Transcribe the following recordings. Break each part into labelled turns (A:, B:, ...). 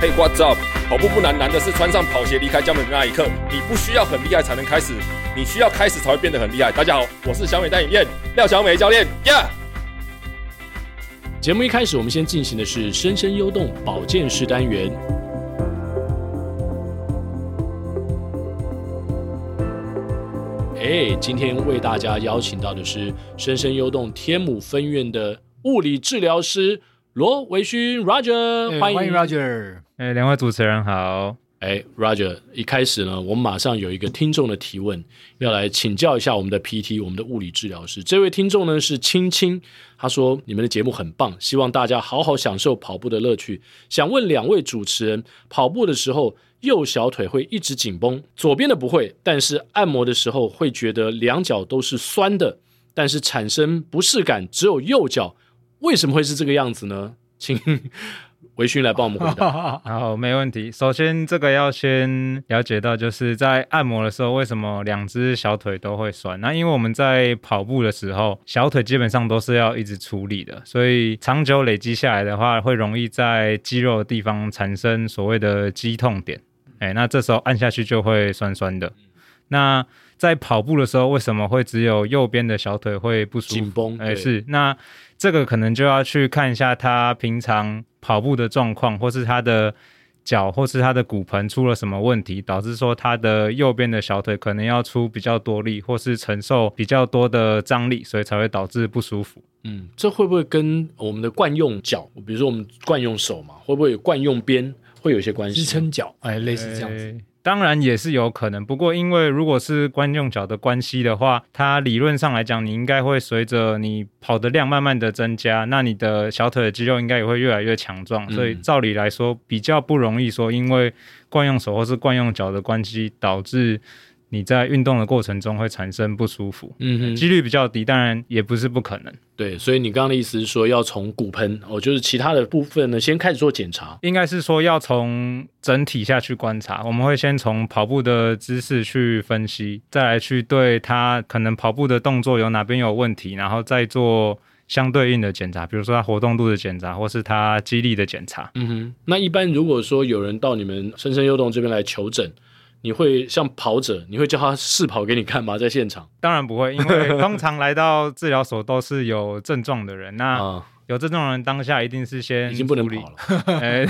A: Hey what's up？跑步不难，难的是穿上跑鞋离开家门的那一刻。你不需要很厉害才能开始，你需要开始才会变得很厉害。大家好，我是小美带影片廖小美教练，Yeah！
B: 节目一开始，我们先进行的是深深幽动保健室单元。哎，今天为大家邀请到的是深深幽动天母分院的物理治疗师罗维勋 Roger，
C: 对
B: 欢迎
C: 欢迎 Roger。
D: 哎、两位主持人好。
B: 哎，Roger，一开始呢，我们马上有一个听众的提问，要来请教一下我们的 PT，我们的物理治疗师。这位听众呢是青青，他说你们的节目很棒，希望大家好好享受跑步的乐趣。想问两位主持人，跑步的时候右小腿会一直紧绷，左边的不会，但是按摩的时候会觉得两脚都是酸的，但是产生不适感只有右脚，为什么会是这个样子呢？请 维勋来帮我们回答。
D: 好，没问题。首先，这个要先了解到，就是在按摩的时候，为什么两只小腿都会酸？那因为我们在跑步的时候，小腿基本上都是要一直处理的，所以长久累积下来的话，会容易在肌肉的地方产生所谓的肌痛点。哎、那这时候按下去就会酸酸的。那在跑步的时候，为什么会只有右边的小腿会不舒服？
B: 紧绷
D: 哎、
B: 对
D: 是那这个可能就要去看一下他平常跑步的状况，或是他的脚，或是他的骨盆出了什么问题，导致说他的右边的小腿可能要出比较多力，或是承受比较多的张力，所以才会导致不舒服。
B: 嗯，这会不会跟我们的惯用脚，比如说我们惯用手嘛，会不会有惯用边会有一些关系？
C: 支撑脚，哎，类似这样子。
D: 呃当然也是有可能，不过因为如果是惯用脚的关系的话，它理论上来讲，你应该会随着你跑的量慢慢的增加，那你的小腿的肌肉应该也会越来越强壮，
B: 嗯
D: 所以照理来说比较不容易说因为惯用手或是惯用脚的关系导致你在运动的过程中会产生不舒服，
C: 哎
B: 嗯哼，
D: 几率比较低，当然也不是不可能，
B: 对，所以你刚刚的意思是说要从骨盆哦，就是其他的部分呢，先开始做检查。
D: 应该是说要从整体下去观察，我们会先从跑步的姿势去分析，再来去对他可能跑步的动作有哪边有问题，然后再做相对应的检查，比如说他活动度的检查，或是他肌力的检查。
B: 嗯哼，那一般如果说有人到你们深深幽动这边来求诊，你会像跑者，你会叫他试跑给你看吗？在现场
D: 当然不会，因 为通常来到治疗所都是有症状的人，那
B: 啊，
D: 有症状的人当下一定是先
B: 已经不能
D: 处理
B: 跑 了。
D: 哎，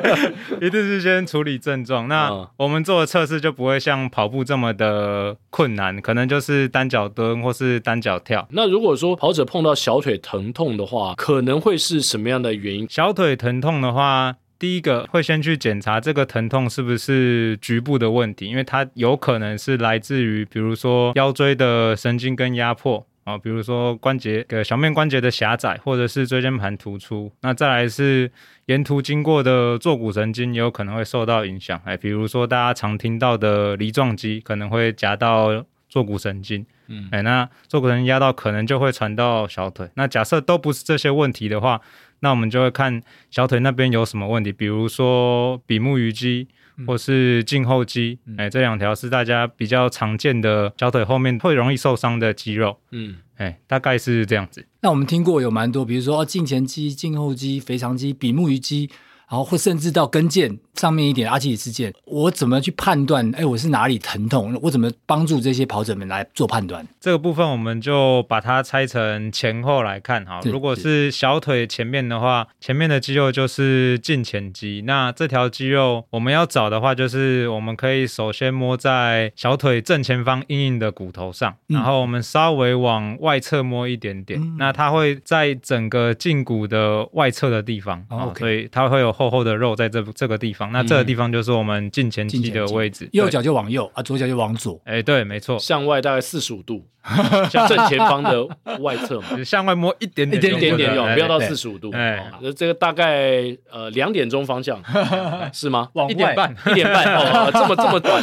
D: 一定是先处理症状。
B: 嗯
D: 那我们做的测试就不会像跑步这么的困难，可能就是单脚蹲或是单脚跳。
B: 那如果说跑者碰到小腿疼痛的话，可能会是什么样的原因？
D: 小腿疼痛的话，第一个会先去检查这个疼痛是不是局部的问题，因为它有可能是来自于比如说腰椎的神经根压迫。啊，比如说关节呃小面关节的狭窄，或者是椎间盘突出，那再来是沿途经过的坐骨神经也有可能会受到影响。哎，比如说大家常听到的梨状肌可能会夹到坐骨神经，
B: 嗯
D: 嗯，哎，那坐骨神经压到可能就会传到小腿。那假设都不是这些问题的话，那我们就会看小腿那边有什么问题，比如说比目鱼肌或是胫后肌，哎、这两条是大家比较常见的小腿后面会容易受伤的肌肉，
B: 嗯，
D: 哎、大概是这样子。
C: 那我们听过有蛮多，比如说哦胫前肌、胫后肌、腓肠肌、比目鱼肌，然后或甚至到跟腱上面一点阿基里斯腱，我怎么去判断？哎，我是哪里疼痛？我怎么帮助这些跑者们来做判断？
D: 这个部分我们就把它拆成前后来看哈。
C: 对
D: 如果是小腿前面的话，前面的肌肉就是胫前肌。那这条肌肉我们要找的话，就是我们可以首先摸在小腿正前方硬硬的骨头上，
C: 嗯
D: 然后我们稍微往外侧摸一点点。
C: 嗯
D: 那它会在整个胫骨的外侧的地方，
C: 哦
D: 啊
C: OK
D: 所以它会有厚厚的肉在这这个地方。那这个地方就是我们胫前
C: 胫
D: 肌
C: 前
D: 的
C: 肌
D: 位置，
C: 右
D: 对。
C: 脚就往右啊，左脚就往左。
D: 哎，对，没错，
B: 向外大概四十五 度，向正前方的外侧嘛。
D: 只向外 摸一点
C: 一
D: 点
C: 点
D: 就
B: 一
D: 够了，
B: 点点用，
D: 哎
B: 不要到
C: 对
B: 四十五度。
D: 哎
B: 哦那这个大概呃两点钟方 向是吗？
C: 往
D: 一点，半，
B: 一点半 哦，这么这么短，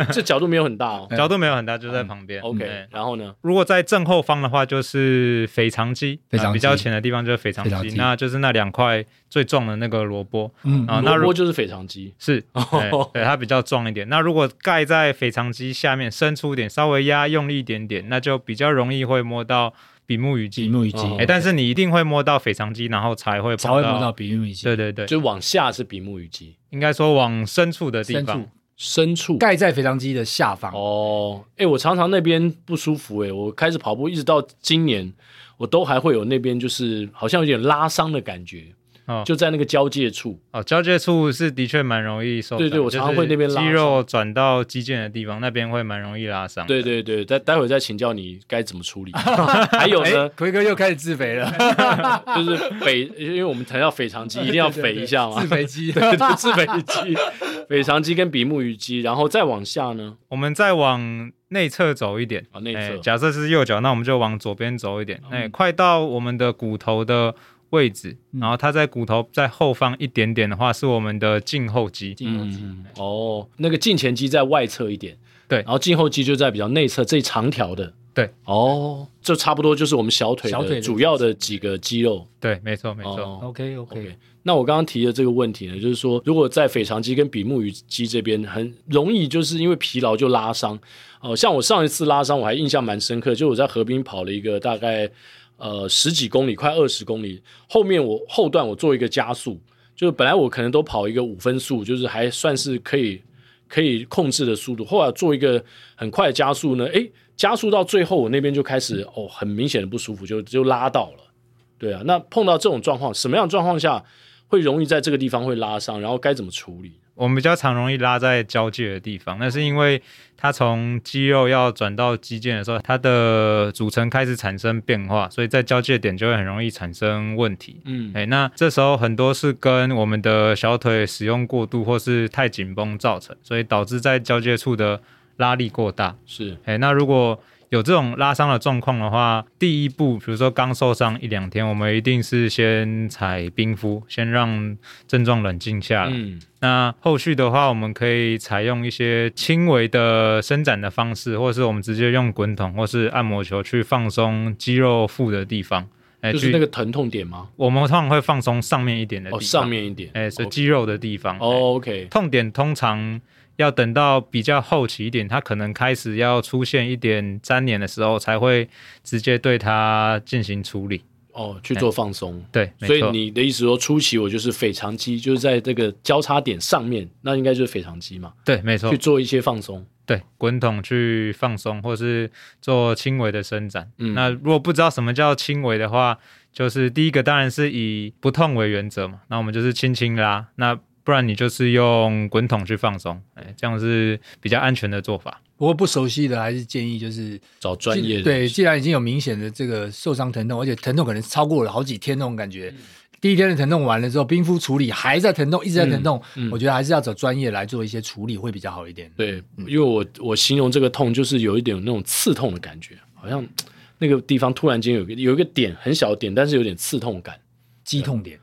B: 这这角度没有很大哦。
D: 角
C: 嗯
D: 度没有很大，就在旁边。
B: OK，
D: 哎
B: 然后呢？
D: 如果在正后方的话，就是腓肠肌，
C: 腓肠肌
D: 啊比较浅的地方就是腓肠
C: 腓肠
D: 肌
C: 肌，
D: 那就是那两块最壮的那个萝卜
C: 嗯，
D: 啊。那
B: 萝
D: 如
B: 卜就是腓肠肌，
D: 是，
C: 哦
D: 哎对，它比较壮一点。那如果盖在腓肠肌下面，伸出一点，稍微压用力一点点，那就比较容易会摸到比目鱼肌。
C: 比目鱼肌
B: 哦
D: 哎、但是你一定会摸到腓肠肌，然后才会
C: 才会摸到
D: 到。
C: 比目鱼肌
D: 对，对对，
B: 就往下是比目鱼肌，
D: 应该说往深处的地
C: 深处
D: 方。
B: 深处。
C: 盖在腓肠肌的下方。
B: 哦，哎、我常常那边不舒服、诶，我开始跑步一直到今年，我都还会有那边就是好像有点拉伤的感觉，
D: 哦
B: 就在那个交界处。
D: 哦，交界处是的确蛮容易受伤。
B: 对对我
D: 就是
B: 常常会那边拉
D: 肌
B: 伤
D: 肉转到肌腱的地方，那边会蛮容易拉伤。
B: 对对对，待待会再请教你该怎么处理。 还有呢，
C: 哎奎哥又开始自肥 了，
B: 就是肥，因为我们谈到肥肠肌，一定要肥一下嘛
C: 自。肥肌。
B: 哦对对，自肥 肌、肥肠肌跟比目鱼肌，然后再往下呢，
D: 我们再往内侧走一点。
B: 啊，内
D: 哎
B: 侧、
D: 假设是右脚，那我们就往左边走一点。哎、
B: 嗯
D: 快到我们的骨头的位置，
C: 嗯
D: 然后它在骨头在后方一点点的话，是我们的胫后肌。
C: 胫后肌，
B: 嗯，哦，那个胫前肌在外侧一点，
D: 对
B: 然后胫后肌就在比较内侧这一长条的，
D: 对，
B: 哦，这差不多就是我们小腿
C: 小腿
B: 的
C: 的
B: 主要的几个肌肉，
D: 对，没错，没错。
B: 哦
C: OK
B: OK
C: OK，
B: 那我刚刚提的这个问题呢，就是说，如果在腓肠肌跟比目鱼肌这边很容易，就是因为疲劳就拉伤。哦、像我上一次拉伤，我还印象蛮深刻，就我在河滨跑了一个大概呃十几公里，快二十公里，后面我后段我做一个加速，就是本来我可能都跑一个五分速，就是还算是可以可以控制的速度，后来做一个很快的加速呢，诶，加速到最后我那边就开始哦，很明显的不舒服，就就拉到了。对啊，那碰到这种状况，什么样的状况下会容易在这个地方会拉伤，然后该怎么处理？
D: 我们比较常容易拉在交界的地方，那是因为它从肌肉要转到肌腱的时候，它的组成开始产生变化，所以在交界点就会很容易产生问题。
B: 嗯，
D: 哎、那这时候很多是跟我们的小腿使用过度或是太紧绷造成，所以导致在交界处的拉力过大。
B: 是
D: 哎、那如果有这种拉伤的状况的话，第一步，比如说刚受伤一两天，我们一定是先采冰敷，先让症状冷静下来。
B: 嗯
D: 那后续的话，我们可以采用一些轻微的伸展的方式，或是我们直接用滚筒或是按摩球去放松肌肉腹的地方。哎、
B: 就是
D: 去
B: 那个疼痛点吗？
D: 我们通常会放松上面一点的地
B: 哦，
D: 方，
B: 上，面一点，
D: 哎、是
B: OK
D: 肌肉的地方。哎
B: 哦，OK，
D: 痛点通常要等到比较后期一点，它可能开始要出现一点粘连的时候，才会直接对它进行处理。
B: 哦，去做放松。
D: 对，哎没
B: 所以
D: 错
B: 你的意思说，初期我就是腓肠肌，就是在这个交叉点上面，那应该就是腓肠肌嘛，
D: 对，没错
B: 去，做一些放松。
D: 对，滚筒去放松，或是做轻微的伸展。
B: 嗯
D: 那如果不知道什么叫轻微的话，就是第一个当然是以不痛为原则嘛，那我们就是轻轻拉，那不然你就是用滚筒去放松，哎，这样是比较安全的做法。
C: 不过不熟悉的还是建议就是
B: 找专业的
C: 对，既然已经有明显的这个受伤疼痛，而且疼痛可能超过了好几天那种感觉。
B: 嗯
C: 第一天的疼痛完了之后，冰敷处理还在疼痛，一直在疼痛，
B: 嗯嗯嗯
C: 我觉得还是要找专业来做一些处理会比较好一点。
B: 对，因为我我形容这个痛就是有一点那种刺痛的感觉，好像那个地方突然间有一个有一个点很小的点，但是有点刺痛感。
C: 肌痛点。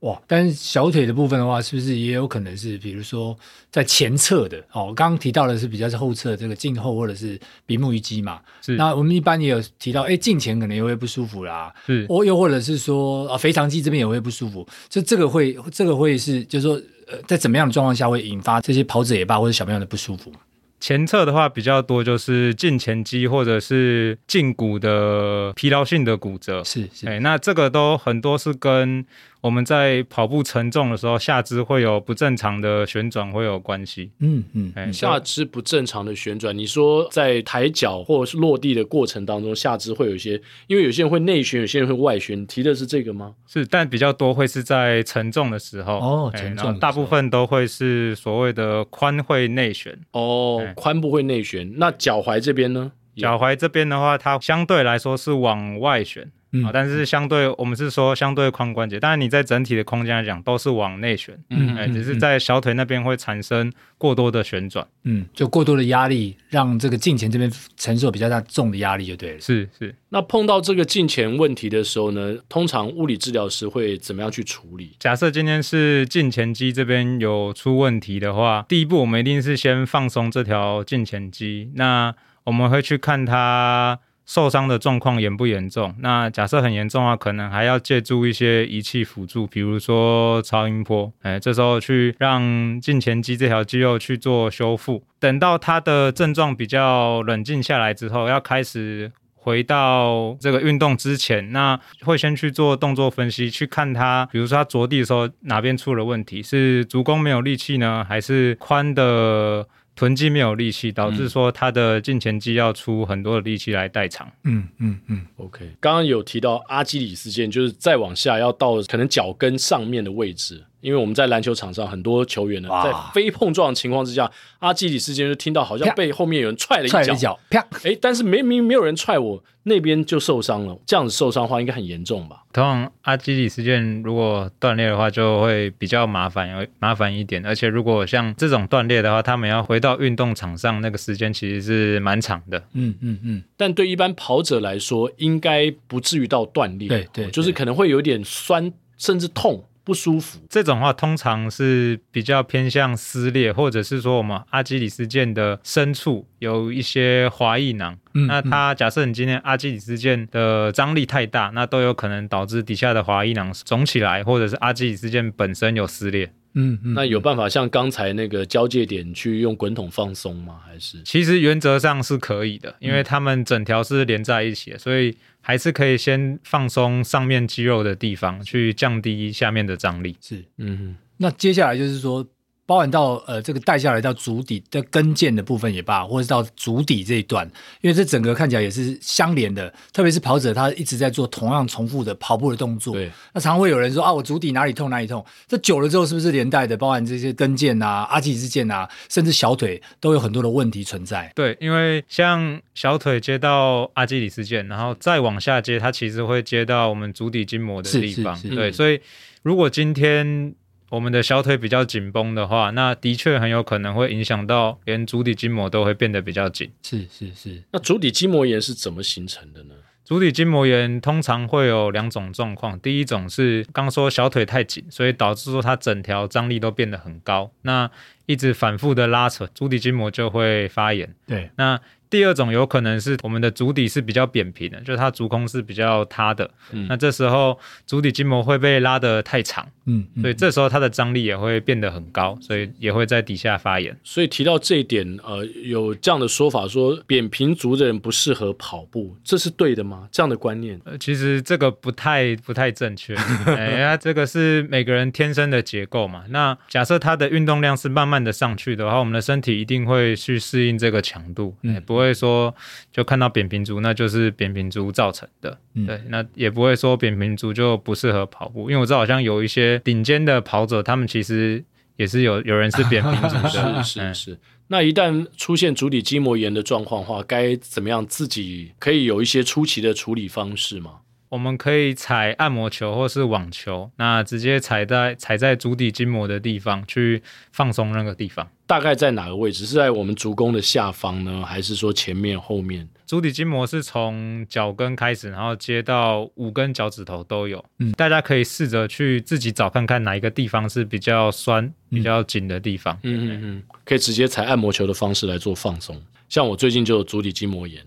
C: 哇，但是小腿的部分的话，是不是也有可能是，比如说在前侧的？哦，我刚刚提到的是比较是后侧这个胫后或者是比目鱼肌嘛。
D: 是
C: 那我们一般也有提到，哎，胫前可能也会不舒服啦，
D: 是
C: 或又或者是说啊，腓肠肌这边也会不舒服。就这个会，这个会是，就是说，呃，在怎么样的状况下会引发这些跑者也罢或者小朋友的不舒服？
D: 前侧的话比较多，就是胫前肌或者是胫骨的疲劳性的骨折。
C: 是是，
D: 哎，那这个都很多是跟我们在跑步沉重的时候，下肢会有不正常的旋转会有关系。
C: 嗯嗯，
D: 哎，
B: 下肢不正常的旋转，你说在抬脚或者是落地的过程当中，下肢会有一些，因为有些人会内旋，有些人会外旋，你提的是这个吗？
D: 是，但比较多会是在沉重的时候
C: 哦
D: 哎
C: 沉重的
D: 然后大部分都会是所谓的髋会内旋。
B: 哦
D: 哎，
B: 髋部会内旋，那脚踝这边呢？也
D: 脚踝这边的话，它相对来说是往外旋
C: 嗯
D: 啊、但是相对我们是说相对髋关节，当然你在整体的空间来讲都是往内旋，
B: 嗯
D: 哎、
C: 嗯
D: 只是在小腿那边会产生过多的旋转。
C: 嗯，就过多的压力让这个胫前这边承受比较大重的压力就对了。
D: 是是，
B: 那碰到这个胫前问题的时候呢，通常物理治疗师会怎么样去处理？
D: 假设今天是胫前肌这边有出问题的话，第一步我们一定是先放松这条胫前肌。那我们会去看它受伤的状况严不严重。那假设很严重的话，可能还要借助一些仪器辅助，比如说超音波。哎，这时候去让胫前肌这条肌肉去做修复。等到它的症状比较冷静下来之后，要开始。回到这个运动之前，那会先去做动作分析，去看他，比如说他着地的时候哪边出了问题，是足弓没有力气呢，还是髋的臀肌没有力气，导致说他的胫前肌要出很多的力气来代偿。
C: 嗯嗯嗯，
B: OK，刚刚有提到阿基里斯腱，就是再往下要到可能脚跟上面的位置，因为我们在篮球场上很多球员呢，
C: 哇
B: 在非碰撞的情况之下，阿基里斯腱就听到好像
C: 啪
B: 被后面有人踹了一
C: 踹了
B: 脚，
C: 一脚，啪！
B: 哎，但是没明没有人踹我，那边就受伤了。这样子受伤的话，应该很严重吧？
D: 通常阿基里斯腱如果断裂的话，就会比较麻烦，有麻烦一点。而且如果像这种断裂的话，他们要回到运动场上，那个时间其实是蛮长的。
C: 嗯嗯嗯，
B: 但对一般跑者来说，应该不至于到断裂，哦
C: 对对
B: 就是
C: 对嗯
B: 可能会有点酸，甚至痛、不舒服。
D: 这种话通常是比较偏向撕裂，或者是说我们阿基里斯腱的深处有一些滑液囊。
C: 嗯
D: 那它假设你今天阿基里斯腱的张力太大，那都有可能导致底下的滑液囊肿起来，或者是阿基里斯腱本身有撕裂。
C: 嗯嗯，
B: 那有办法像刚才那个交界点去用滚筒放松吗？还是
D: 其实原则上是可以的，因为它们整条是连在一起的，所以还是可以先放松上面肌肉的地方，去降低下面的张力。
C: 是。
B: 嗯哼。
C: 那接下来就是说，包含到呃这个带下来到足底的跟腱的部分也罢，或者是到足底这一段，因为这整个看起来也是相连的。特别是跑者他一直在做同样重复的跑步的动作，
B: 对，
C: 那常会有人说啊，我足底哪里痛哪里痛，这久了之后是不是连带的，包含这些跟腱啊、阿基里斯腱啊，甚至小腿都有很多的问题存在？
D: 对，因为像小腿接到阿基里斯腱，然后再往下接，它其实会接到我们足底筋膜的
C: 是
D: 地
C: 是
D: 方。
C: 是
D: 对，
B: 嗯
D: 所以如果今天我们的小腿比较紧绷的话，那的确很有可能会影响到连足底筋膜都会变得比较紧。
C: 是是是，
B: 那足底筋膜炎是怎么形成的呢？
D: 足底筋膜炎通常会有两种状况，第一种是刚说小腿太紧，所以导致说它整条张力都变得很高，那一直反复的拉扯，足底筋膜就会发炎。
C: 对，
D: 那第二种有可能是我们的足底是比较扁平的，就是它足弓是比较塌的，
B: 嗯
D: 那这时候足底筋膜会被拉得太长，
C: 嗯，嗯
D: 所以这时候它的张力也会变得很高，所以也会在底下发炎。
B: 所以提到这一点，呃，有这样的说法说扁平足的人不适合跑步，这是对的吗？这样的观念，
D: 呃，其实这个不太不太正确，哎，它这个是每个人天生的结构嘛。那假设他的运动量是慢慢的上去的话，我们的身体一定会去适应这个强度，哎不会说就看到扁平足那就是扁平足造成的，
C: 嗯
D: 对，那也不会说扁平足就不适合跑步，因为我知道好像有一些顶尖的跑者，他们其实也是有有人是扁 平 足的，
B: 是是
D: 哎
B: 是。那一旦出现足底筋膜炎的状况的话，该怎么样自己可以有一些初期的处理方式吗？
D: 我们可以踩按摩球或是网球，那直接踩在踩在足底筋膜的地方去放松那个地方。
B: 大概在哪个位置？是在我们足弓的下方呢，还是说前面、后面？
D: 足底筋膜是从脚跟开始，然后接到五根脚趾头都有。
C: 嗯
D: 大家可以试着去自己找看看哪一个地方是比较酸、比较紧的地方。
B: 嗯嗯嗯，可以直接踩按摩球的方式来做放松。像我最近就有足底筋膜炎，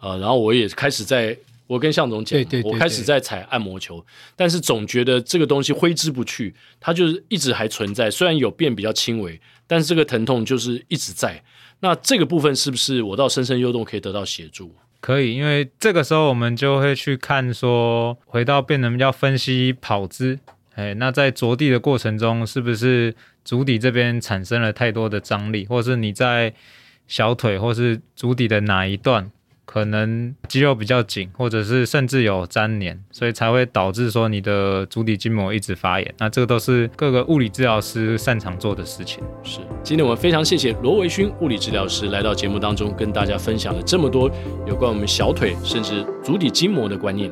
B: 呃，然后我也开始在，我跟向总讲，
C: 对对对
B: 我开始在踩按摩球，但是总觉得这个东西挥之不去，它就是一直还存在，虽然有变比较轻微，但是这个疼痛就是一直在。那这个部分是不是我到深深幽洞可以得到协助？
D: 可以，因为这个时候我们就会去看说，回到变成要分析跑姿。哎，那在着地的过程中，是不是足底这边产生了太多的张力，或是你在小腿或是足底的哪一段可能肌肉比较紧，或者是甚至有粘连，所以才会导致说你的足底筋膜一直发炎。那这个都是各个物理治疗师擅长做的事情。
B: 是，今天我们非常谢谢罗维勋物理治疗师来到节目当中，跟大家分享了这么多有关我们小腿甚至足底筋膜的观念。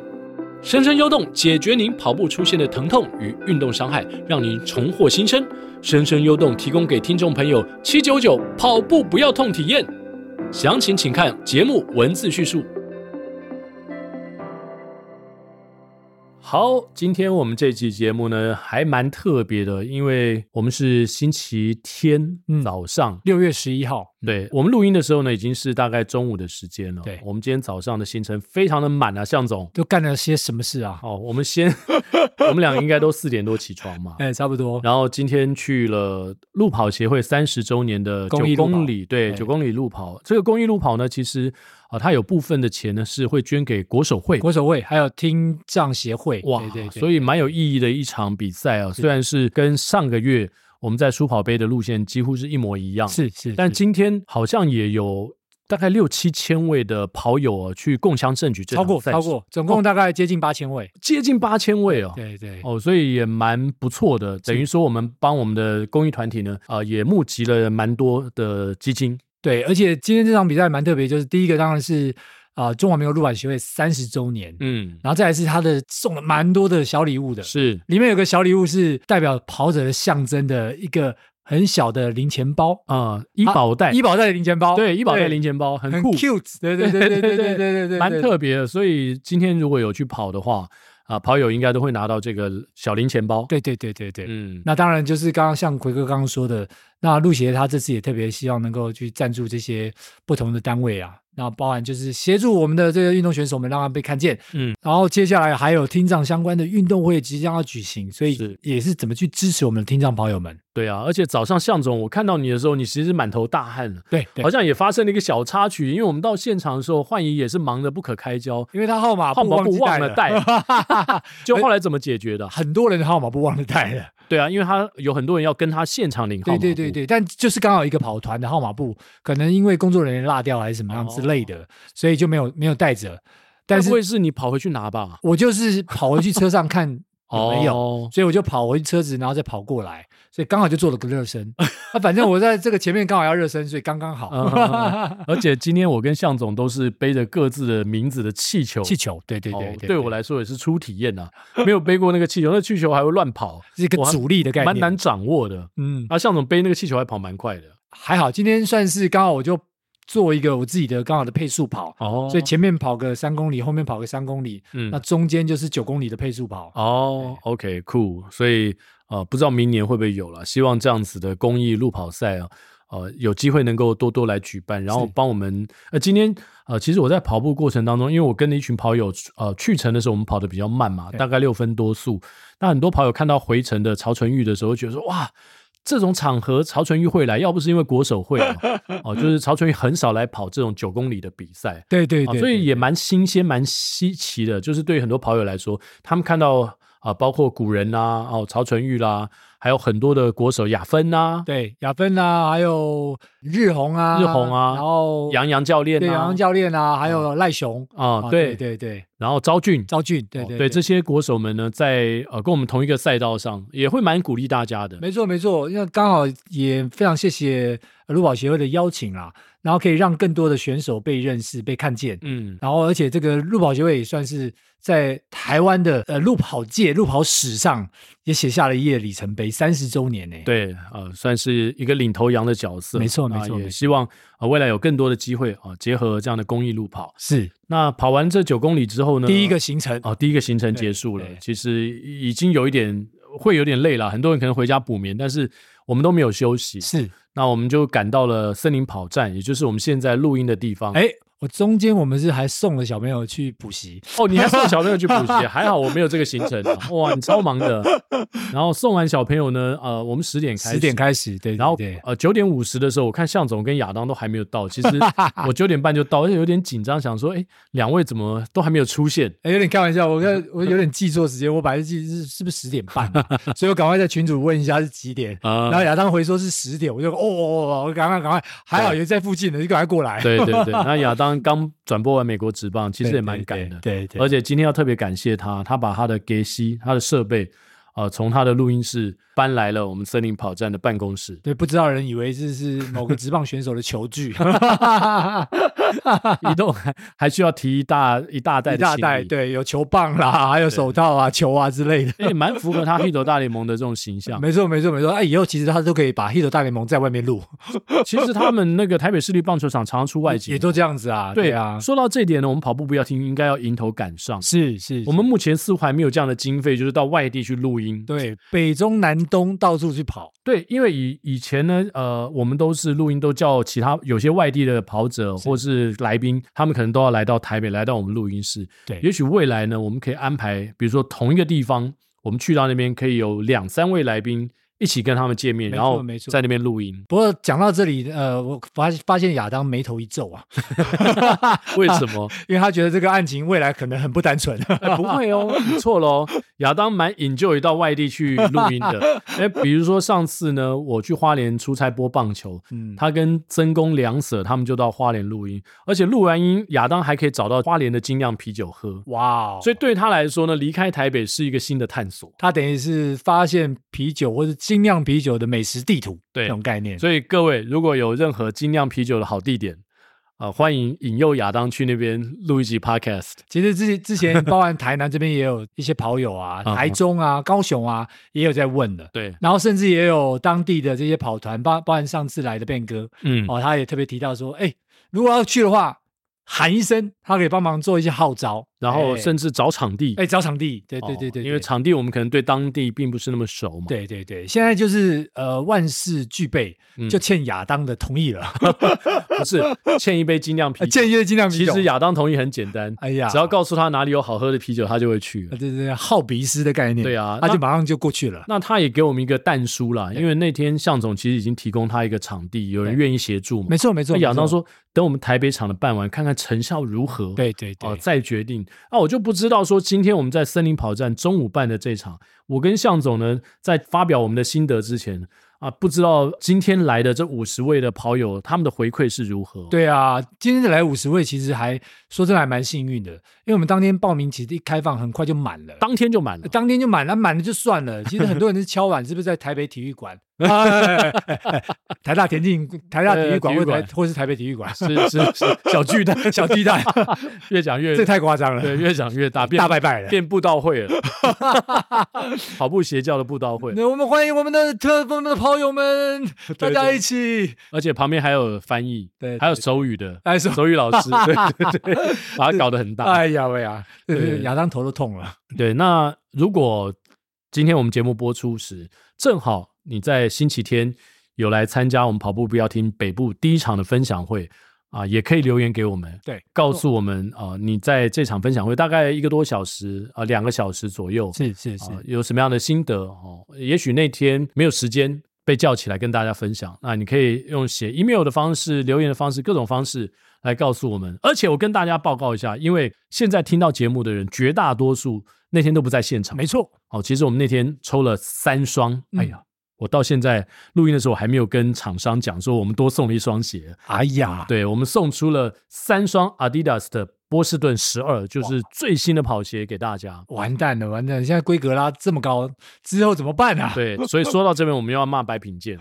B: 深深幽动解决您跑步出现的疼痛与运动伤害，让您重获新生。深深幽动提供给听众朋友七九九跑步不要痛体验，详情请看节目文字叙述。
E: 好，今天我们这期节目呢，还蛮特别的，因为我们是星期天
C: 嗯
E: 早上，
B: 嗯
C: 六月十一号，
B: 对我们录音的时候呢，已经是大概中午的时间了。
C: 对
B: 我们今天早上的行程非常的满啊，向总。
C: 都干了些什么事啊？
B: 哦，我们先，我们两个应该都四点多起床嘛。
C: 哎，差不多。
B: 然后今天去了路跑协会三十周年的九
C: 公益路跑
B: 公里，对
C: 哎
B: 九公里路跑。这个公益路跑呢，其实啊、呃它有部分的钱呢是会捐给国手会，
C: 国手会还有听障协会，
B: 哇，
C: 对对对，
B: 所以蛮有意义的一场比赛啊。虽然是跟上个月我们在书跑杯的路线几乎是一模一样，
C: 是是，
B: 啊但
C: 是
B: 今天好像也有大概六七千位的跑友、啊、去共襄盛举这
C: 超
B: 场
C: 过
B: 赛
C: 超
B: 事哦
C: 过，总共大概接近八千位。
B: 接近八千位哦。
C: 对对，
B: 哦，所以也蛮不错的，等于说我们帮我们的公益团体呢，啊、也募集了蛮多的基金。
C: 对，而且今天这场比赛蛮特别，就是第一个当然是啊、中华民国路跑协会三十周年，
B: 嗯，
C: 然后再来是他的送了蛮多的小礼物的，
B: 是
C: 里面有个小礼物是代表跑者的象征的一个很小的零钱包，
B: 啊、医保袋，
C: 医保袋的零钱包，
B: 对，医保袋
C: 对
B: 零钱包很
C: 很
B: 酷，
C: cute，对对对对对对对对对，
B: 蛮特别的。所以今天如果有去跑的话，啊、跑友应该都会拿到这个小零钱包。，
C: 对，对对对对对。
B: 嗯，
C: 那当然就是刚刚像奎哥刚刚说的，那陆协他这次也特别希望能够去赞助这些不同的单位啊，那包含就是协助我们的这个运动选手们，让他被看见。
B: 嗯，
C: 然后接下来还有听障相关的运动会即将要举行，所
B: 是
C: 以也是怎么去支持我们的听障跑友们。
B: 对啊。而且早上向总我看到你的时候，你其实满头大汗了。
C: 对，对
B: 好像也发生了一个小插曲，因为我们到现场的时候，幻怡也是忙得不可开交，
C: 因为他号码
B: 号
C: 布
B: 码
C: 忘
B: 布
C: 记
B: 忘了带
C: 了，
B: 就后来怎么解决的啊？
C: 很多人的号码布忘了带 了。
B: 对啊，因为他有很多人要跟他现场领号
C: 对
B: 码
C: 对对
B: 布，
C: 对，但就是刚好一个跑团的号码布，可能因为工作人员落掉还是什么样之类
B: 哦
C: 的，所以就没有没有带着。但
B: 但
C: 是
B: 不会是你跑回去拿吧？
C: 我就是跑回去车上看有没有，
B: 哦
C: 所以我就跑回车子，然后再跑过来，所以刚好就做了个热身。那、反正我在这个前面刚好要热身，所以刚刚好。
B: 嗯嗯嗯嗯而且今天我跟向总都是背着各自的名字的气球，
C: 气球，对对
B: 哦
C: 对
B: 对我来说也是初体验呐、没有背过那个气球，那气球还会乱跑，
C: 是一个
B: 我还
C: 阻力的概念，
B: 蛮难。掌握的。
C: 嗯，
B: 啊，向总背那个气球还跑蛮快的，
C: 还好今天算是刚好我就做一个我自己的刚好的配速跑，
B: 哦
C: 所以前面跑个三公里，后面跑个三公里，
B: 嗯
C: 那中间就是九公里的配速跑。
B: 哦，OK，酷、
C: 哎
B: 所以呃，不知道明年会不会有了，希望这样子的公益路跑赛啊，呃，有机会能够多多来举办，然后
C: 是
B: 帮我们呃，今天呃，其实我在跑步过程当中，因为我跟了一群跑友呃去程的时候，我们跑得比较慢嘛，
C: 对
B: 大概六分多速，那很多跑友看到回程的曹纯玉的时候，觉得说哇。这种场合，曹纯玉会来，要不是因为国手会哦哦，就是曹纯玉很少来跑这种九公里的比赛，
C: 对对
B: 啊
C: 对，
B: 所以
C: 对
B: 也蛮新鲜、蛮稀奇的。就是对于很多跑友来说，他们看到啊、包括古人啦、哦，曹纯玉啦，还有很多的国手雅芬呐、
C: 对亚芬啊，还有日红啊，
B: 日红啊
C: 然后
B: 杨洋教练、啊、
C: 哦对杨洋教练啊，还有赖雄
B: 啊、对
C: 对对对，
B: 然后昭俊，
C: 赵俊，对
B: 哦
C: 对
B: 这些国手们呢，在呃跟我们同一个赛道上，也会蛮鼓励大家的。
C: 没错没错，因为刚好也非常谢谢呃路跑协会的邀请啦，然后可以让更多的选手被认识、被看见。
B: 嗯，
C: 然后，而且这个路跑协会也算是在台湾的呃路跑界、路跑史上也写下了一页里程碑，三十周年呢、，
B: 对，呃，算是一个领头羊的角色。
C: 没错
B: 那
C: 没错
B: 也
C: 没错
B: 希望呃未来有更多的机会啊、结合这样的公益路跑。
C: 是
B: 那跑完这九公里之后呢，
C: 第一个行程。
B: 哦，第一个行程结束了
C: 对，对
B: 其实已经有一点会有点累了，很多人可能回家补眠，但是我们都没有休息，
C: 是，
B: 那我们就赶到了森林跑站，也就是我们现在录音的地方。
C: 哎，我中间我们是还送了小朋友去补习，
B: 哦，你还送小朋友去补 习，还好我没有这个行程、啊，哇，你超忙的。然后送完小朋友呢，呃，我们十点开始，
C: 十点。开始，对，对
B: 然后
C: 对，
B: 呃九点五十的时候，我看向总跟亚当都还没有到， 其实我九点半就到，而且有点紧张，想说，哎，两位怎么都还没有出现？
C: 哎，有点开玩笑，我跟我有点记错时间，我本来是记是是不是十点半啊、所以我赶快在群主问一下是几点。
B: 啊
C: 然后亚当回说是十点，我就哦哦哦，我赶快赶快，还好也在附近的，就赶快过 来。
B: 对对对，那亚当刚转播完美国职棒，其
C: 对，
B: 实也蛮赶的。
C: 对对对，，
B: 而且今天要特别感谢他，他把他的给息、他的设备，呃，从他的录音室搬来了我们森林跑站的办公室
C: 对不知道的人以为这是某个职棒选手的球 具，
B: 移动还还需要提一大一大袋
C: 一
B: 的
C: 大
B: 行
C: 袋，
B: 李，
C: 对，有球棒啦，还有手套啊、球啊之类的。
B: 哎，蛮符合他 h i t 大联盟的这种形象。
C: 没错，没错，没错。哎，以后其实他都可以把《h i t 大联盟》在外面录，
B: 其实他们那个台北市立棒球场常常出外景，
C: 也都这样子啊。
B: 对
C: 啊，
B: 说到这一点呢，我们跑步不要听，应该要迎头赶上。
C: 是是，
B: 我们目前似乎还没有这样的经费，就是到外地去录音。
C: 对北中南东到处去跑。
B: 对，因为以以前呢，呃，我们都是录音都叫其他有些外地的跑者或是来宾，他们可能都要来到台北，来到我们录音室。
C: 对
B: 也许未来呢，我们可以安排，比如说同一个地方，我们去到那边可以有两三位来宾一起跟他们见面，
C: 没错
B: 然后
C: 没错
B: 在那边录音。
C: 不过讲到这里，呃，我发发现亚当眉头 一皱啊，
B: 为什么？
C: 因为他觉得这个案情未来可能很不单纯。
B: 哎 不会哦，你 错了哦。亚当蛮 enjoy 到外地去录音的。哎，比如说上次呢，我去花莲出差播棒球，
C: 嗯，
B: 他跟曾公梁舍他们就到花莲录音，而且录完音，亚当还可以找到花莲的精酿啤酒喝。
C: 哇哦，
B: 所以对他来说呢，离开台北是一个新的探索。
C: 他等于是发现啤酒或者精酿啤酒的美食地图
B: 对
C: 这种概念。
B: 所以各位如果有任何精酿啤酒的好地点，啊、欢迎引诱亚当去那边录一集 podcast。
C: 其实之之前，包含台南这边也有一些跑友啊，
B: 嗯
C: 台中啊、高雄啊，也有在问的。
B: 对，
C: 然后甚至也有当地的这些跑团，包包含上次来的变哥
B: 嗯，
C: 哦，他也特别提到说，哎，如果要去的话，喊一声，他可以帮忙做一些号召，
B: 然后
C: 哎
B: 甚至找场地。
C: 哎找场地，对
B: 哦
C: 对对对，
B: 因为
C: 对
B: 场地我们可能对当地并不是那么熟嘛。，
C: 对对对，现在就是呃万事俱备，
B: 嗯
C: 就欠亚当的同意 了，
B: 不是欠一杯精酿啤酒。
C: 建议尽量
B: 其实亚当同意很简单，
C: 哎呀
B: 只要告诉他哪里有好喝的啤酒，他就会去
C: 呃。对对对好鼻师的概念，
B: 对啊
C: 他就
B: 那
C: 马上就过去了。
B: 那他也给我们一个弹书啦，因为那天向总其实已经提供他一个场地，有人愿意协助嘛。
C: 没错没错，
B: 那亚当
C: 没错，
B: 说，等我们台北场的办完，看看成效如何。。
C: 对对对，
B: 哦，再决定。啊，我就不知道说今天我们在森林跑站中午办的这场，我跟向总呢在发表我们的心得之前啊，不知道今天来的这五十位的跑友他们的回馈是如何。，
C: 对啊，今天来五十位，其实还说真的还蛮幸运的，因为我们当天报名其实一开放很快就满了。
B: 当天就满了
C: 呃。当天就满了，满了就算了。其实很多人是敲碗，是不是在台北体育馆、 哎哎哎哎哎台大田径、台大体育
B: 呃
C: 馆或
B: 体育
C: 台
B: 馆
C: 或是台北体育馆？
B: 是是是，小巨蛋，
C: 小巨蛋，
B: 越讲越
C: 这太夸张 了，
B: 对，越讲越大，变
C: 大拜拜了。
B: 变布道会 了，跑步邪教的布道会，
C: 那我们欢迎我们的特我们的跑友们，大
B: 对
C: 家一起
B: 而且旁边还有翻译，
C: 对
B: 还有手语的，
C: 来 说。
B: 手语老师，对对对，把它搞得很大。
C: 哎呀喂呀，对
B: 对
C: 对，亚当头都痛了。
B: 对，那如果今天我们节目播出时，正好你在星期天有来参加我们跑步不要停北部第一场的分享会。啊，也可以留言给我们，
C: 对，哦
B: 告诉我们啊、你在这场分享会大概一个多小时啊，两、个小时左右，
C: 是是是
B: 啊，有什么样的心得哦？也许那天没有时间被叫起来跟大家分享，那你可以用写 email 的方式、留言的方式、各种方式来告诉我们。而且我跟大家报告一下，因为现在听到节目的人，绝大多数那天都不在现场。
C: 没错，嗯
B: 哦，其实我们那天抽了三双，哎呀。我到现在录音的时候还没有跟厂商讲说我们多送了一双鞋，
C: 哎呀，
B: 对我们送出了三双 Adidas 的波士顿十二，就是最新的跑鞋给大家。
C: 完蛋了，完蛋了！现在规格拉这么高，之后怎么办啊？
B: 对，所以说到这边，我们又要骂白品 健，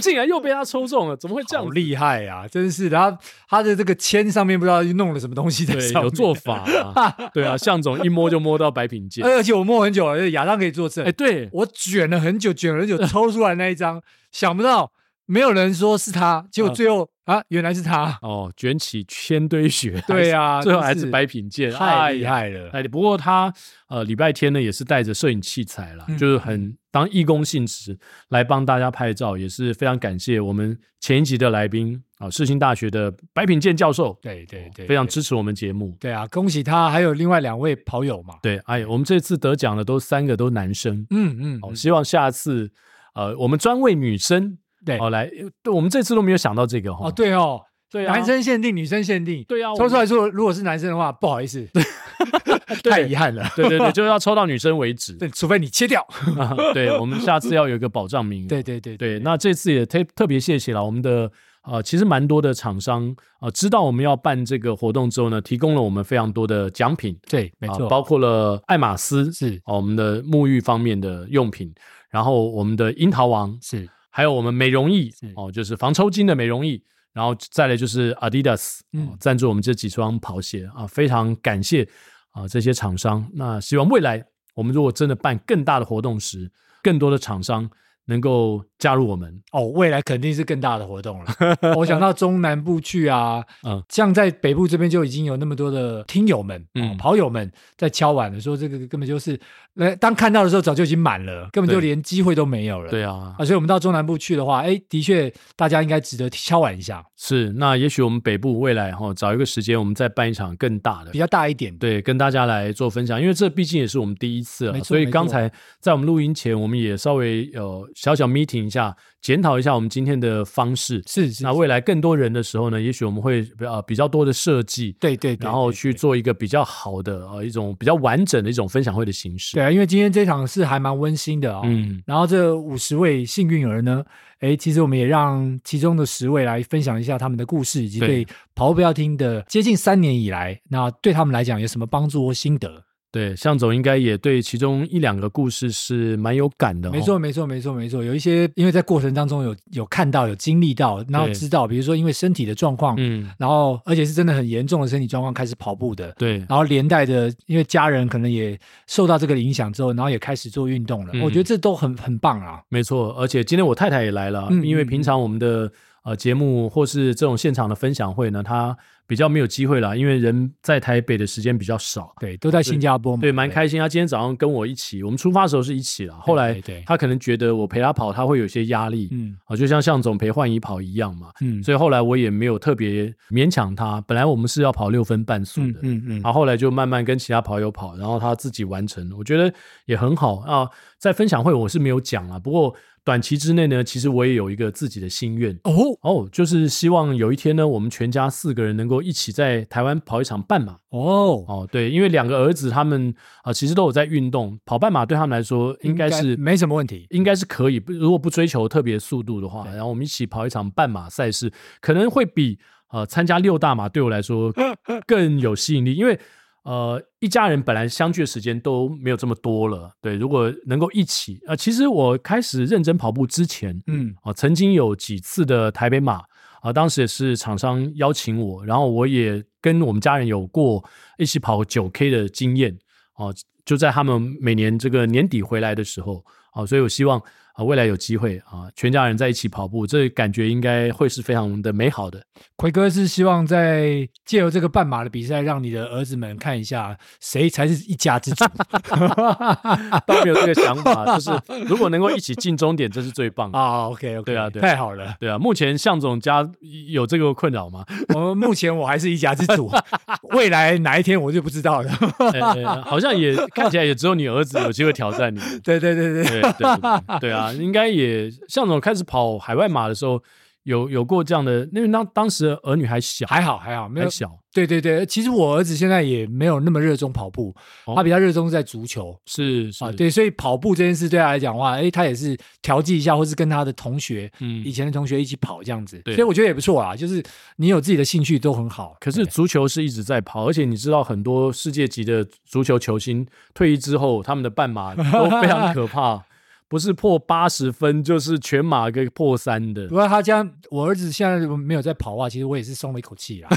B: 竟然又被他抽中了，怎么会这
C: 好
B: 样？
C: 厉害啊，真是的！他他的这个签上面不知道弄了什么东西在
B: 对，
C: 上面，
B: 有做法、啊，对啊，向总一摸就摸到白品健，
C: 哎而且我摸很久了，亚当可以作证。
B: 哎，对，
C: 我卷了很久，卷了很久， 抽出来那一张，想不到没有人说是他，结
B: 嗯
C: 果最后啊，原来是他。
B: 哦，卷起千堆雪，
C: 对啊，
B: 最后还
C: 真
B: 是
C: 是
B: 白品健，
C: 太厉
B: 哎
C: 害了。
B: 哎，不过他呃礼拜天呢也是带着摄影器材啦，
C: 嗯
B: 就是很当义工性质来帮大家拍照，也是非常感谢我们前一集的来宾啊，世新大学的白品健教授，
C: 对对对，
B: 哦非常
C: 对
B: 支持我们节目。
C: 对啊，恭喜他，还有另外两位跑友嘛。
B: 对，哎，我们这次得奖的都三个都男生，
C: 嗯嗯，
B: 哦，
C: 嗯
B: 希望下次呃，我们专为女生
C: 对
B: 哦来，对我们这次都没有想到这个哈。
C: 哦对哦，
B: 对啊，
C: 男生限定，女生限定。
B: 对啊，我
C: 抽
B: 们
C: 出来说，如果是男生的话，不好意思，太遗憾了。
B: 对对对，就是要抽到女生为止。啊
C: 对，除非你切掉。
B: 对，我们下次要有一个保障名额。
C: 对对对对
B: 对，那这次也特特别谢谢了我们的呃，其实蛮多的厂商啊、呃知道我们要办这个活动之后呢，提供了我们非常多的奖品，
C: 对，没
B: 啊
C: 错，
B: 包括了爱马仕
C: 是
B: 哦，我们的沐浴方面的用品，然后我们的樱桃王
C: 是
B: 还有我们美容液
C: 是
B: 哦，就是防抽筋的美容液，然后再来就是 Adidas
C: 嗯
B: 哦赞、助我们这几双跑鞋啊，非常感谢啊这些厂商。那希望未来我们如果真的办更大的活动时，更多的厂商能够加入我们。
C: 哦，未来肯定是更大的活 动了。我想到中南部去啊，
B: 嗯
C: 嗯，像在北部这边就已经有那么多的听友们、哦
B: 嗯、
C: 跑友们在敲碗了，说这个根本就是，呃，当看到的时候早就已经满了，根本就
B: 对
C: 连机会都没有了。
B: 对啊，
C: 啊，所以我们到中南部去的话，哎，的确大家应该值得敲碗一下，
B: 是。那也许我们北部未来哈、哦找一个时间，我们再办一场更大的
C: 比。较大一点。
B: 对，跟大家来做分享，因为这毕竟也是我们第一次了，
C: 没错
B: 所以
C: 没错
B: 刚才在我们录音前，我们也稍微呃小小 meeting 一下，检讨一下我们今天的方式。
C: 是是
B: 那，未来更多人的时候呢，也许我们会呃比较多的设计，
C: 对对对，
B: 然后
C: 对
B: 去做一个比较好的呃一种比较完整的一种分享会的形式。
C: 对啊，因为今天这场是还蛮温馨的哦。
B: 嗯，
C: 然后这五十位幸运儿呢，诶，其实我们也让其中的十位来分享一下他们的故事，以及
B: 对
C: 对跑步不要听的接近三年以来，那对他们来讲有什么帮助或心得？
B: 对，向总应该也对其中一两个故事是蛮有感的、哦。
C: 没错，，没错，没错，没错。有一些因为在过程当中有有看到、有经历到，然后
B: 对
C: 知道，比如说因为身体的状况，
B: 嗯，
C: 然后而且是真的很严重的身体状况开始跑步的，
B: 对，
C: 然后连带的，因为家人可能也受到这个影响之后，然后也开始做运动了。
B: 嗯
C: 我觉得这都很很棒啊。
B: 没错。而且今天我太太也来了，
C: 嗯
B: 因为
C: 嗯
B: 平
C: 嗯
B: 常我们的呃节目或是这种现场的分享会呢，她比较没有机会啦，因为人在台北的时间比较少。
C: 对，都在新加坡嘛，
B: 对，蛮开心。她今天早上跟我一起，我们出发的时候是一起了。后来
C: 对对
B: 她可能觉得我陪她跑，她会有些压力，
C: 嗯
B: 啊，就像向总陪焕怡跑一样嘛。
C: 嗯，
B: 所以后来我也没有特别勉强她。本来我们是要跑六分半速
C: 嗯
B: 的，
C: 嗯嗯，
B: 然后后来就慢慢跟其他跑友跑，然后他自己完成，我觉得也很好啊。在分享会我是没有讲啊，不过短期之内呢，其实我也有一个自己的心愿
C: 哦
B: 哦，就是希望有一天呢，我们全家四个人能够一起在台湾跑一场半马
C: 哦，
B: 哦。对，因为两个儿子他们啊、其实都有在运动，跑半马对他们来说应该是
C: 没什么问题。
B: 应该是可以，不如果不追求特别速度的话，然后我们一起跑一场半马赛事，可能会比呃参加六大马对我来 说更有吸引力，因为呃一家人本来相聚的时间都没有这么多了，对，如果能够一起，呃，其实我开始认真跑步之前，
C: 嗯
B: 啊、曾经有几次的台北马啊、当时也是厂商邀请我，然后我也跟我们家人有过一起跑九 K 的经验哦、就在他们每年这个年底回来的时候啊、所以我希望啊、未来有机会啊、全家人在一起跑步，这感觉应该会是非常的美好的。
C: 奎哥是希望在借由这个半马的比赛，让你的儿子们看一下谁才是一 家之主。
B: 倒没有这个想法，就是如果能够一起进终点，这是最棒的。
C: 啊，OK OK，
B: 对啊对啊
C: 太好了。
B: 对啊，目前向总家有这个困扰吗？
C: 我目前我还是一家之主， 未来哪一天我就不知道了。
B: 哎哎好像也看起来也只有你儿子有机会挑战你。
C: 对对对对，
B: 对对对对啊，应该也向总开始跑海外马的时候，有有过这样的，因为当当时儿女还小，
C: 还好还好，没有
B: 还小，
C: 对对对，其实我儿子现在也没有那么热衷跑步，
B: 哦
C: 他比较热衷在足球。
B: 是是、
C: 啊，，对，所以跑步这件事对他来讲的话，哎，他也是调剂一下，或是跟他的同学、
B: 嗯
C: 以。前的同学一起跑这样子，
B: 对
C: 所以我觉得也不错啦。就是你有自己的兴趣都很好，哎
B: 可是
C: 对
B: 足球是一直在跑，而且你知道很多世界级的足球球星退役之后，他们的半马都非常可 怕，不是破八十分就是全马跟破三的
C: 不。过他这样，我儿子现在如果没有在跑的啊话，其实我也是松了一口气 啦，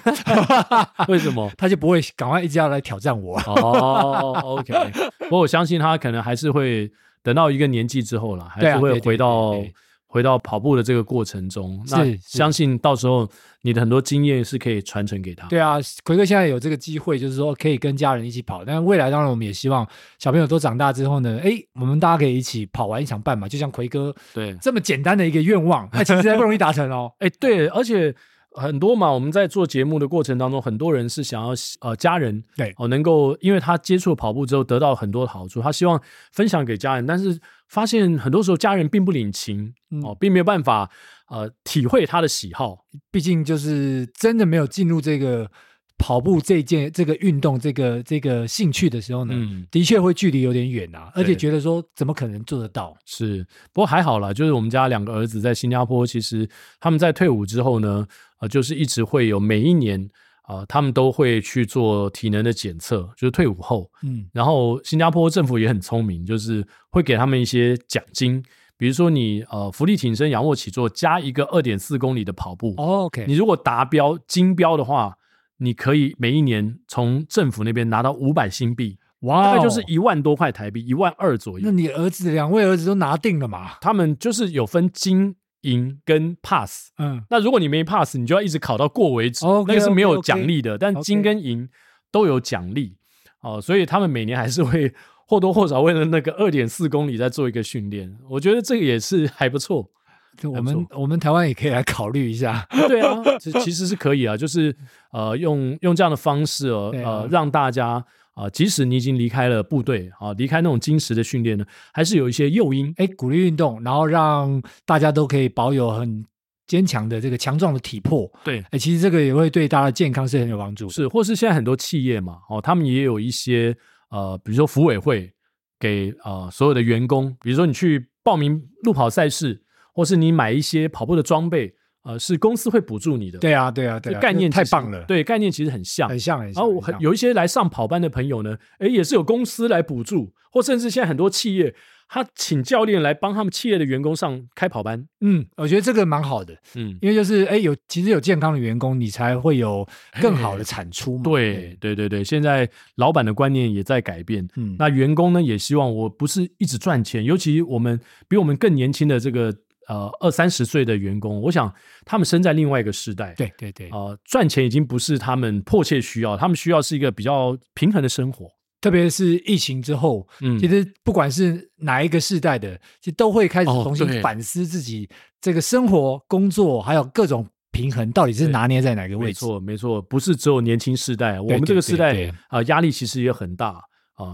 B: 为什么？
C: 他就不会赶快一直要来挑战我。
B: 哦，OK。不过我相信他可能还是会等到一个年纪之后啦，还
C: 对
B: 是
C: 啊
B: 会
C: 对对
B: 回到
C: 对对
B: 回到跑步的这个过程中。
C: 是
B: 那
C: 是
B: 相信到时候你的很多经验是可以传承给他。
C: 对啊，奎哥现在有这个机会，就是说可以跟家人一起跑。但未来当然我们也希望小朋友都长大之后呢，哎，我们大家可以一起跑完一场半马，就像奎哥
B: 对，。
C: 这么简单的一个愿望，那其实还不容易达成哦
B: 哎，对，而且。很多嘛，我们在做节目的过程当中，很多人是想要呃家人
C: 对
B: 哦、能够因为他接触跑步之后得到很多好处，他希望分享给家人，但是发现很多时候家人并不领情、
C: 嗯
B: 哦，并没有办法呃体会他的喜好，
C: 毕竟就是真的没有进入这个跑步这件这个运动这个这个兴趣的时候呢，
B: 嗯
C: 的确会距离有点远啊，而且
B: 对
C: 觉得说怎么可能做得到？
B: 是，不过还好啦，就是我们家两个儿子在新加坡，其实他们在退伍之后呢，呃，就是一直会有每一年，呃，他们都会去做体能的检测，就是退伍后，
C: 嗯，
B: 然后新加坡政府也很聪明，就是会给他们一些奖金，比如说你呃浮力挺身、仰卧起坐加一个二点四公里的跑步，
C: 哦 OK，
B: 嗯你如果达标金标的话，你可以每一年从政府那边拿到五百新币。
C: 哇
B: 大
C: 哦，
B: 概就是一万多块台币，一万二左右
C: 那。你儿子两位儿子都拿定了嘛？
B: 他们就是有分金、银跟 pass。
C: 嗯，
B: 那如果你没 pass，你就要一直考到过为止
C: OK，
B: 那个是没有
C: OK，OK，
B: 奖励的。但金
C: OK
B: 跟银都有奖励哦，所以他们每年还是会或多或少为了那个二点四公里在做一个训练。我觉得这个也是还不错。
C: 这我
B: 还不
C: 们我们台湾也可以来考虑一下。
B: 对啊，其其实是可以啊，就是呃，用用这样的方式哦，
C: 对
B: 呃，
C: 啊
B: 让大家啊、即使你已经离开了部队啊，离开那种金石的训练呢，还是有一些诱因。
C: 哎，鼓励运动，然后让大家都可以保有很坚强的这个强壮的体魄。
B: 对，
C: 哎，其实这个也会对大家的健康是很有帮助的。
B: 是，或是现在很多企业嘛，哦，他们也有一些呃，比如说服委会给呃所有的员工，比如说你去报名路跑赛事，或是你买一些跑步的装备，呃，是公司会补助你的。
C: 对啊，对啊，
B: 这
C: 对啊，
B: 概念
C: 这太
B: 其实
C: 棒了，，
B: 对概念其实很像，
C: 很像，很像。
B: 然后我很
C: 很像
B: 有一些来上跑班的朋友呢，诶，也是有公司来补助，或甚至现在很多企业，他请教练来帮他们企业的员工上开跑班。
C: 嗯，我觉得这个蛮好的，
B: 嗯，
C: 因为就是哎，有其实有健康的员工，你才会有更好的产出嘛。
B: 哎对对对对，现在老板的观念也在改变。
C: 嗯，
B: 那员工呢，也希望我不是一直赚钱，尤其我们比我们更年轻的这个呃二三十岁的员工，我想他们生在另外一个时代，
C: 对对对，
B: 啊、赚钱已经不是他们迫切需要，他们需要是一个比较平衡的生活。
C: 特别是疫情之后，
B: 嗯
C: 其实不管是哪一个世代的，其实都会开始
B: 哦
C: 重新
B: 对
C: 反思自己这个生活、工作还有各种平衡到底是
B: 对
C: 拿捏在哪个
B: 没
C: 位置。
B: 错，没错，不是只有年轻世代，我
C: 对
B: 们这个世代
C: 对对
B: 啊、压力其实也很大啊、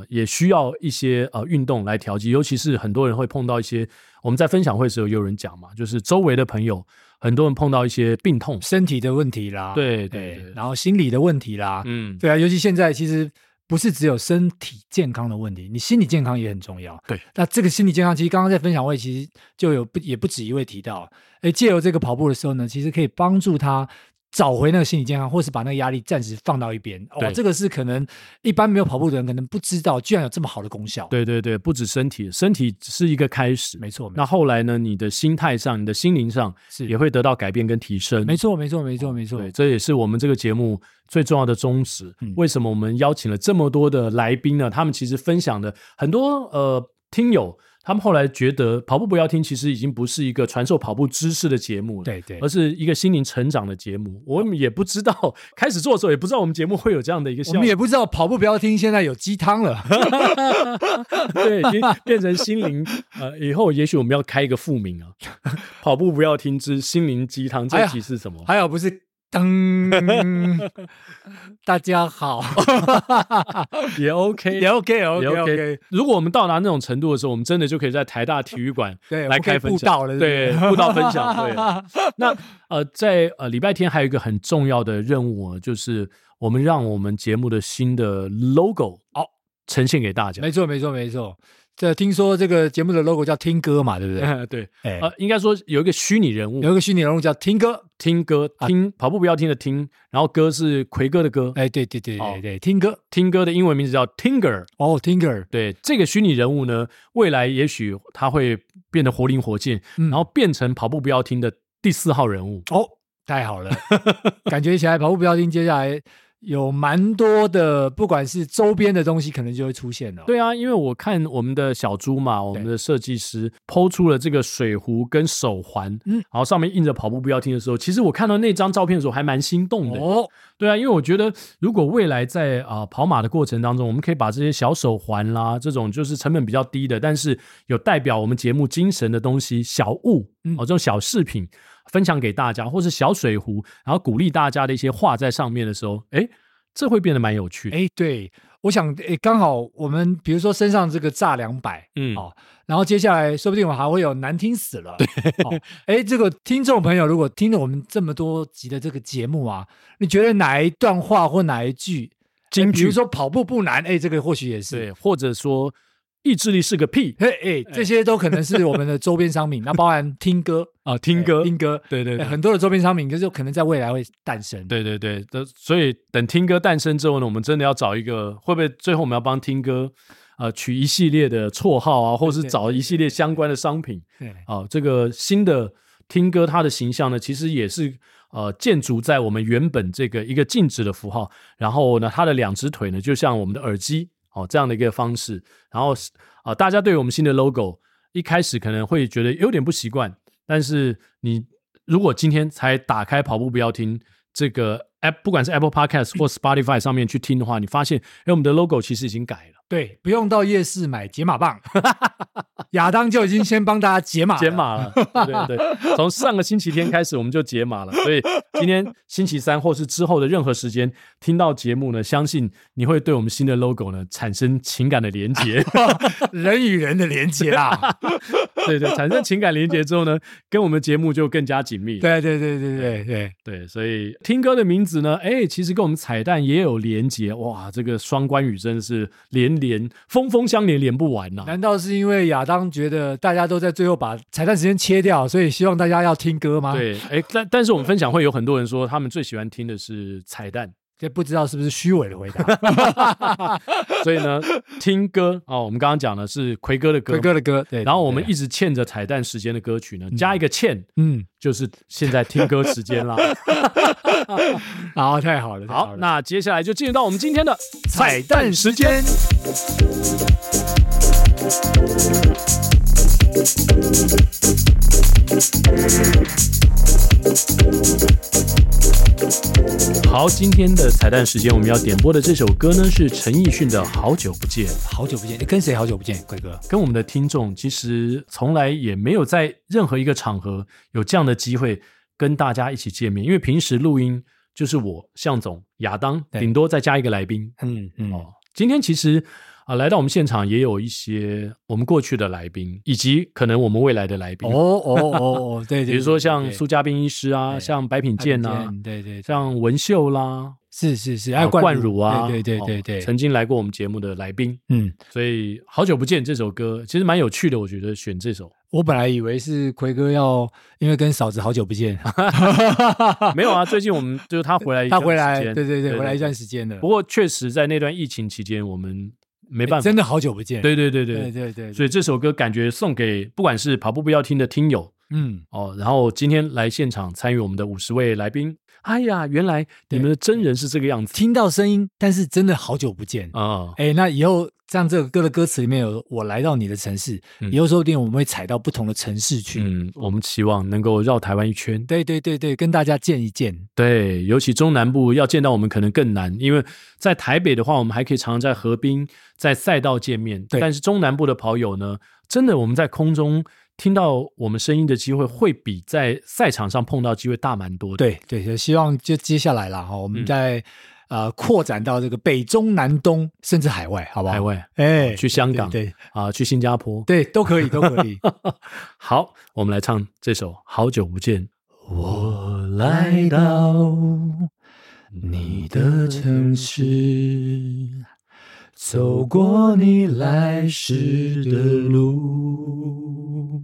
B: 也需要一些呃运动来调剂，尤其是很多人会碰到一些，我们在分享会的时候也有人讲嘛，就是周围的朋友，很多人碰到一些病痛，
C: 身体的问题啦，
B: 对对
C: 对
B: 对，
C: 然后心理的问题啦，
B: 嗯，
C: 对啊，尤其现在其实不是只有身体健康的问题，你心理健康也很重要。
B: 对，
C: 那这个心理健康，其实刚刚在分享会其实就有不也不止一位提到，哎，借由这个跑步的时候呢，其实可以帮助他。找回那个心理健康，或是把那个压力暂时放到一边。哦
B: 对，
C: 这个是可能一般没有跑步的人可能不知道，居然有这么好的功效。，
B: 对对对，不止身体，身体只是一个开始，
C: 没错，没
B: 那
C: 错，
B: 后来呢，你的心态上、你的心灵上
C: 是
B: 也会得到改变跟提升，
C: 没错，没错，没错，没错。
B: 对，这也是我们这个节目最重要的宗旨。
C: 嗯
B: 为什么我们邀请了这么多的来宾呢？他们其实分享的很多呃听友，他们后来觉得跑步不要听，其实已经不是一个传授跑步知识的节目了。。
C: 对对
B: 而，是一个心灵成长的节目，我们也不知道 开始做的时候，也不知道我们节目会有这样的一个效
C: 我
B: 果
C: 们，也不知道跑步不要听，现在有鸡汤了。
B: 对，已经变成心灵呃，以后也许我们要开一个副名 啊，跑步不要听之心灵鸡汤，
C: 哎
B: 这
C: 呀
B: 集是什么？
C: 还好不是噔，大家好，
B: 也哦 OK，
C: 也 OK 也
B: 也
C: OK
B: OK
C: OK，。
B: 如果我们到达那种程度的时候，我们真的就可以在台大体育馆
C: 对我
B: 来
C: 们可以
B: 开分
C: 布
B: 享
C: 道了
B: 对
C: 是不是
B: 布道分享 对。那呃，在呃礼拜天还有一个很重要的任务啊，就是我们让我们节目的新的 logo 哦呈现给大家。
C: 没错没错没错。这听说这个节目的 logo 叫听歌嘛，对不 对？
B: 对，
C: 哎，
B: 呃，应该说有一个虚拟人物
C: 有一个虚拟人物叫听歌，
B: 听歌，听跑步不要听的听，然后歌是奎哥的歌，
C: 哎，对对对
B: 哦
C: 对对，听歌
B: 听歌的英文名字叫 Tinger。
C: 哦，听歌，
B: 对这个虚拟人物呢，未来也许他会变得活灵活现，
C: 嗯
B: 然后变成跑步不要听的第四号人物。
C: 哦，太 好了，感觉起来跑步不要听，接下来有蛮多的，不管是周边的东西，可能就会出现了。
B: 对啊，因为我看我们的小猪嘛，我们
C: 对
B: 的设计师抛出了这个水壶跟手环，嗯，
C: 嗯
B: 然后上面印着跑步不要听的时候，其实我看到那张照片的时候还蛮心动的。
C: 哦，
B: 对啊，因为我觉得如果未来在啊、跑马的过程当中，我们可以把这些小手环啦，这种就是成本比较低的，但是有代表我们节目精神的东西，小物、
C: 嗯
B: 哦这种小饰品分享给大家，或是小水壶，然后鼓励大家的一些话在上面的时候，哎，这会变得蛮有趣的。
C: 哎，对，我想，哎，刚好我们比如说身上这个炸两百，
B: 嗯，
C: 哦然后接下来说不定我还会有难听死了。哦哎、这个听众朋友，如果听了我们这么多集的这个节目啊，你觉得哪一段话或哪一句
B: 金
C: 哎比
B: 句
C: 如说跑步不难，哎，这个或许也
B: 对，
C: 是。
B: 或者说意志力是个屁
C: 嘿，哎，这些都可能是我们的周边商品，那包含听歌、
B: 啊， 听
C: 哎
B: 歌，
C: 听歌，
B: 对对
C: 哎
B: 对。
C: 很多的周边商品，就是可能在未来会诞生。
B: 对对对，都所以等听歌诞生之后呢，我们真的要找一个，会不会最后我们要帮听歌呃取一系列的绰号啊，或是找一系列相关的商品
C: 对，
B: 啊、这个新的听歌它的形象呢，其实也是呃建筑在我们原本这个一个静止的符号，然后呢，它的两只腿呢，就像我们的耳机。哦这样的一个方式。然后啊、大家对我们新的 logo 一开始可能会觉得有点不习惯，但是你如果今天才打开跑步不要听这个 app，不管是 Apple Podcast 或 Spotify 上面去听的话，你发现哎，我们的 logo 其实已经改了，
C: 对，不用到夜市买解码棒， 亚当就已经先帮大家解码了
B: 解。码了。对对对，从上个星期天开始我们就解码了，所以今天星期三或是之后的任何时间听到节目呢，相信你会对我们新的 logo 呢产生情感的连结。
C: 人与人的连接啊 啦，
B: 对对，产生情感连结之后呢，跟我们节目就更加紧密了。
C: 对对对对对对，
B: 对，所以听歌的名字呢，哎，其实跟我们彩蛋也有连结，哇，这个双关语真的是连连峰峰相连，连不完 呐、
C: 难道是因为亚当觉得大家都在最后把彩蛋时间切掉，所以希望大家要听歌吗？，
B: 对，哎，但但是我们分享会有很多人说，他们最喜欢听的是彩蛋，
C: 这不知道是不是虚伪的回 答。
B: 所以呢，听歌哦，我们刚刚讲的是奎哥的歌，
C: 鬼哥的歌，对，
B: 然后我们
C: 对
B: 一直欠着彩蛋时间的歌曲呢，加一个欠，
C: 嗯，
B: 就是现在听歌时 间啦。
C: 好，太好了，太
B: 好，
C: 了
B: 那接下来就进入到我们今天的
C: 彩蛋时间，
B: 好，今天的彩蛋时间，我们要点播的这首歌呢是陈奕迅的《好久不见》，
C: 好久不见，你跟谁好久不见，鬼哥？
B: 跟我们的听众其实从来也没有在任何一个场合有这样的机会跟大家一起见面，因为平时录音就是我向总、亚当，
C: 对
B: 顶多再加一个来宾。
C: 嗯嗯，
B: 哦，今天其实啊、来到我们现场也有一些我们过去的来宾，以及可能我们未来的来宾，
C: 哦哦哦哦，对，对
B: 比如说像
C: 对
B: 苏家斌医师啊，
C: 对
B: 像白品健啊，
C: 对对，对
B: 像文秀啦，
C: 是是是，还
B: 还
C: 有
B: 有
C: 冠
B: 冠儒啊，
C: 对对对
B: 哦
C: 对对，
B: 曾经来过我们节目的来宾，
C: 嗯，
B: 所以好久不见这首歌其实蛮有趣的，我觉得选这首
C: 我本来以为是奎哥要，因为跟嫂子好久不 见，
B: 没 有啊，最近我们就是他回来一
C: 他
B: 段时间，
C: 回来，对对对，
B: 对，
C: 回来一段时间了，
B: 不过确实在那段疫情期间，我们没办法，
C: 真的好久不见，
B: 对对对对
C: 对对对，
B: 所
C: 以
B: 以这首歌感觉送给不管是跑步不要听的听友
C: 嗯，
B: 哦，然后今天来现场参与我们的五十位来宾，哎呀，原来你们的真人是这个样子
C: 听到声音，但是真的好久不见，
B: 啊、
C: 哎，那以后像这首歌的歌词里面有“我来到你的城市”，
B: 嗯
C: 以后说不定我们会踩到不同的城市去。
B: 嗯，我们期望能够绕台湾一圈，
C: 对对对对，跟大家见一见。
B: 对，尤其中南部要见到我们可能更难，因为在台北的话，我们还可以常常在河滨、在赛道见面。
C: 对
B: 但是中南部的跑友呢，真的我们在空中听到我们声音的机会，会比在赛场上碰到机会大蛮多的。，
C: 对对，就希望就接下来啦哈，我
B: 嗯
C: 们再、呃扩展到这个北中南东，甚至海外，好不好？
B: 海外
C: 哎，
B: 去香港
C: 对
B: 啊、去新加坡。
C: 对对都可以，都可以。
B: 好，我们来唱这首《好久不见》。
C: 我来到你的城市，走过你来时的路，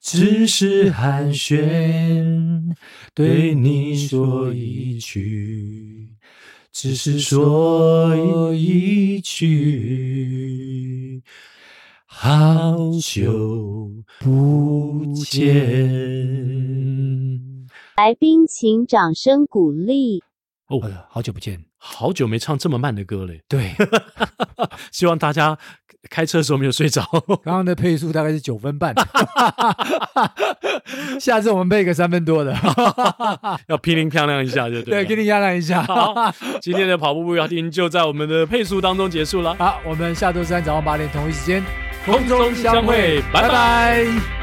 C: 只是寒暄，对你说一句，只是说一句。好久不见。
F: 来宾请掌声鼓励。
C: 好
B: 哦，
C: 了，好久不见。
B: 好久没唱这么慢的歌嘞，
C: 哎对，
B: 希望大家开车的时候没有睡着。
C: 刚刚的配速大概是九分半， 下次我们配个三分多的，
B: 要 噼里啪亮一下就对
C: 对，
B: 了。
C: 给你压量一下。
B: 好， 今天的跑步不要停就在我们的配速当中结束了。
C: 好，我们下周三早上八点同一时间
B: 空中相会拜拜
C: 拜拜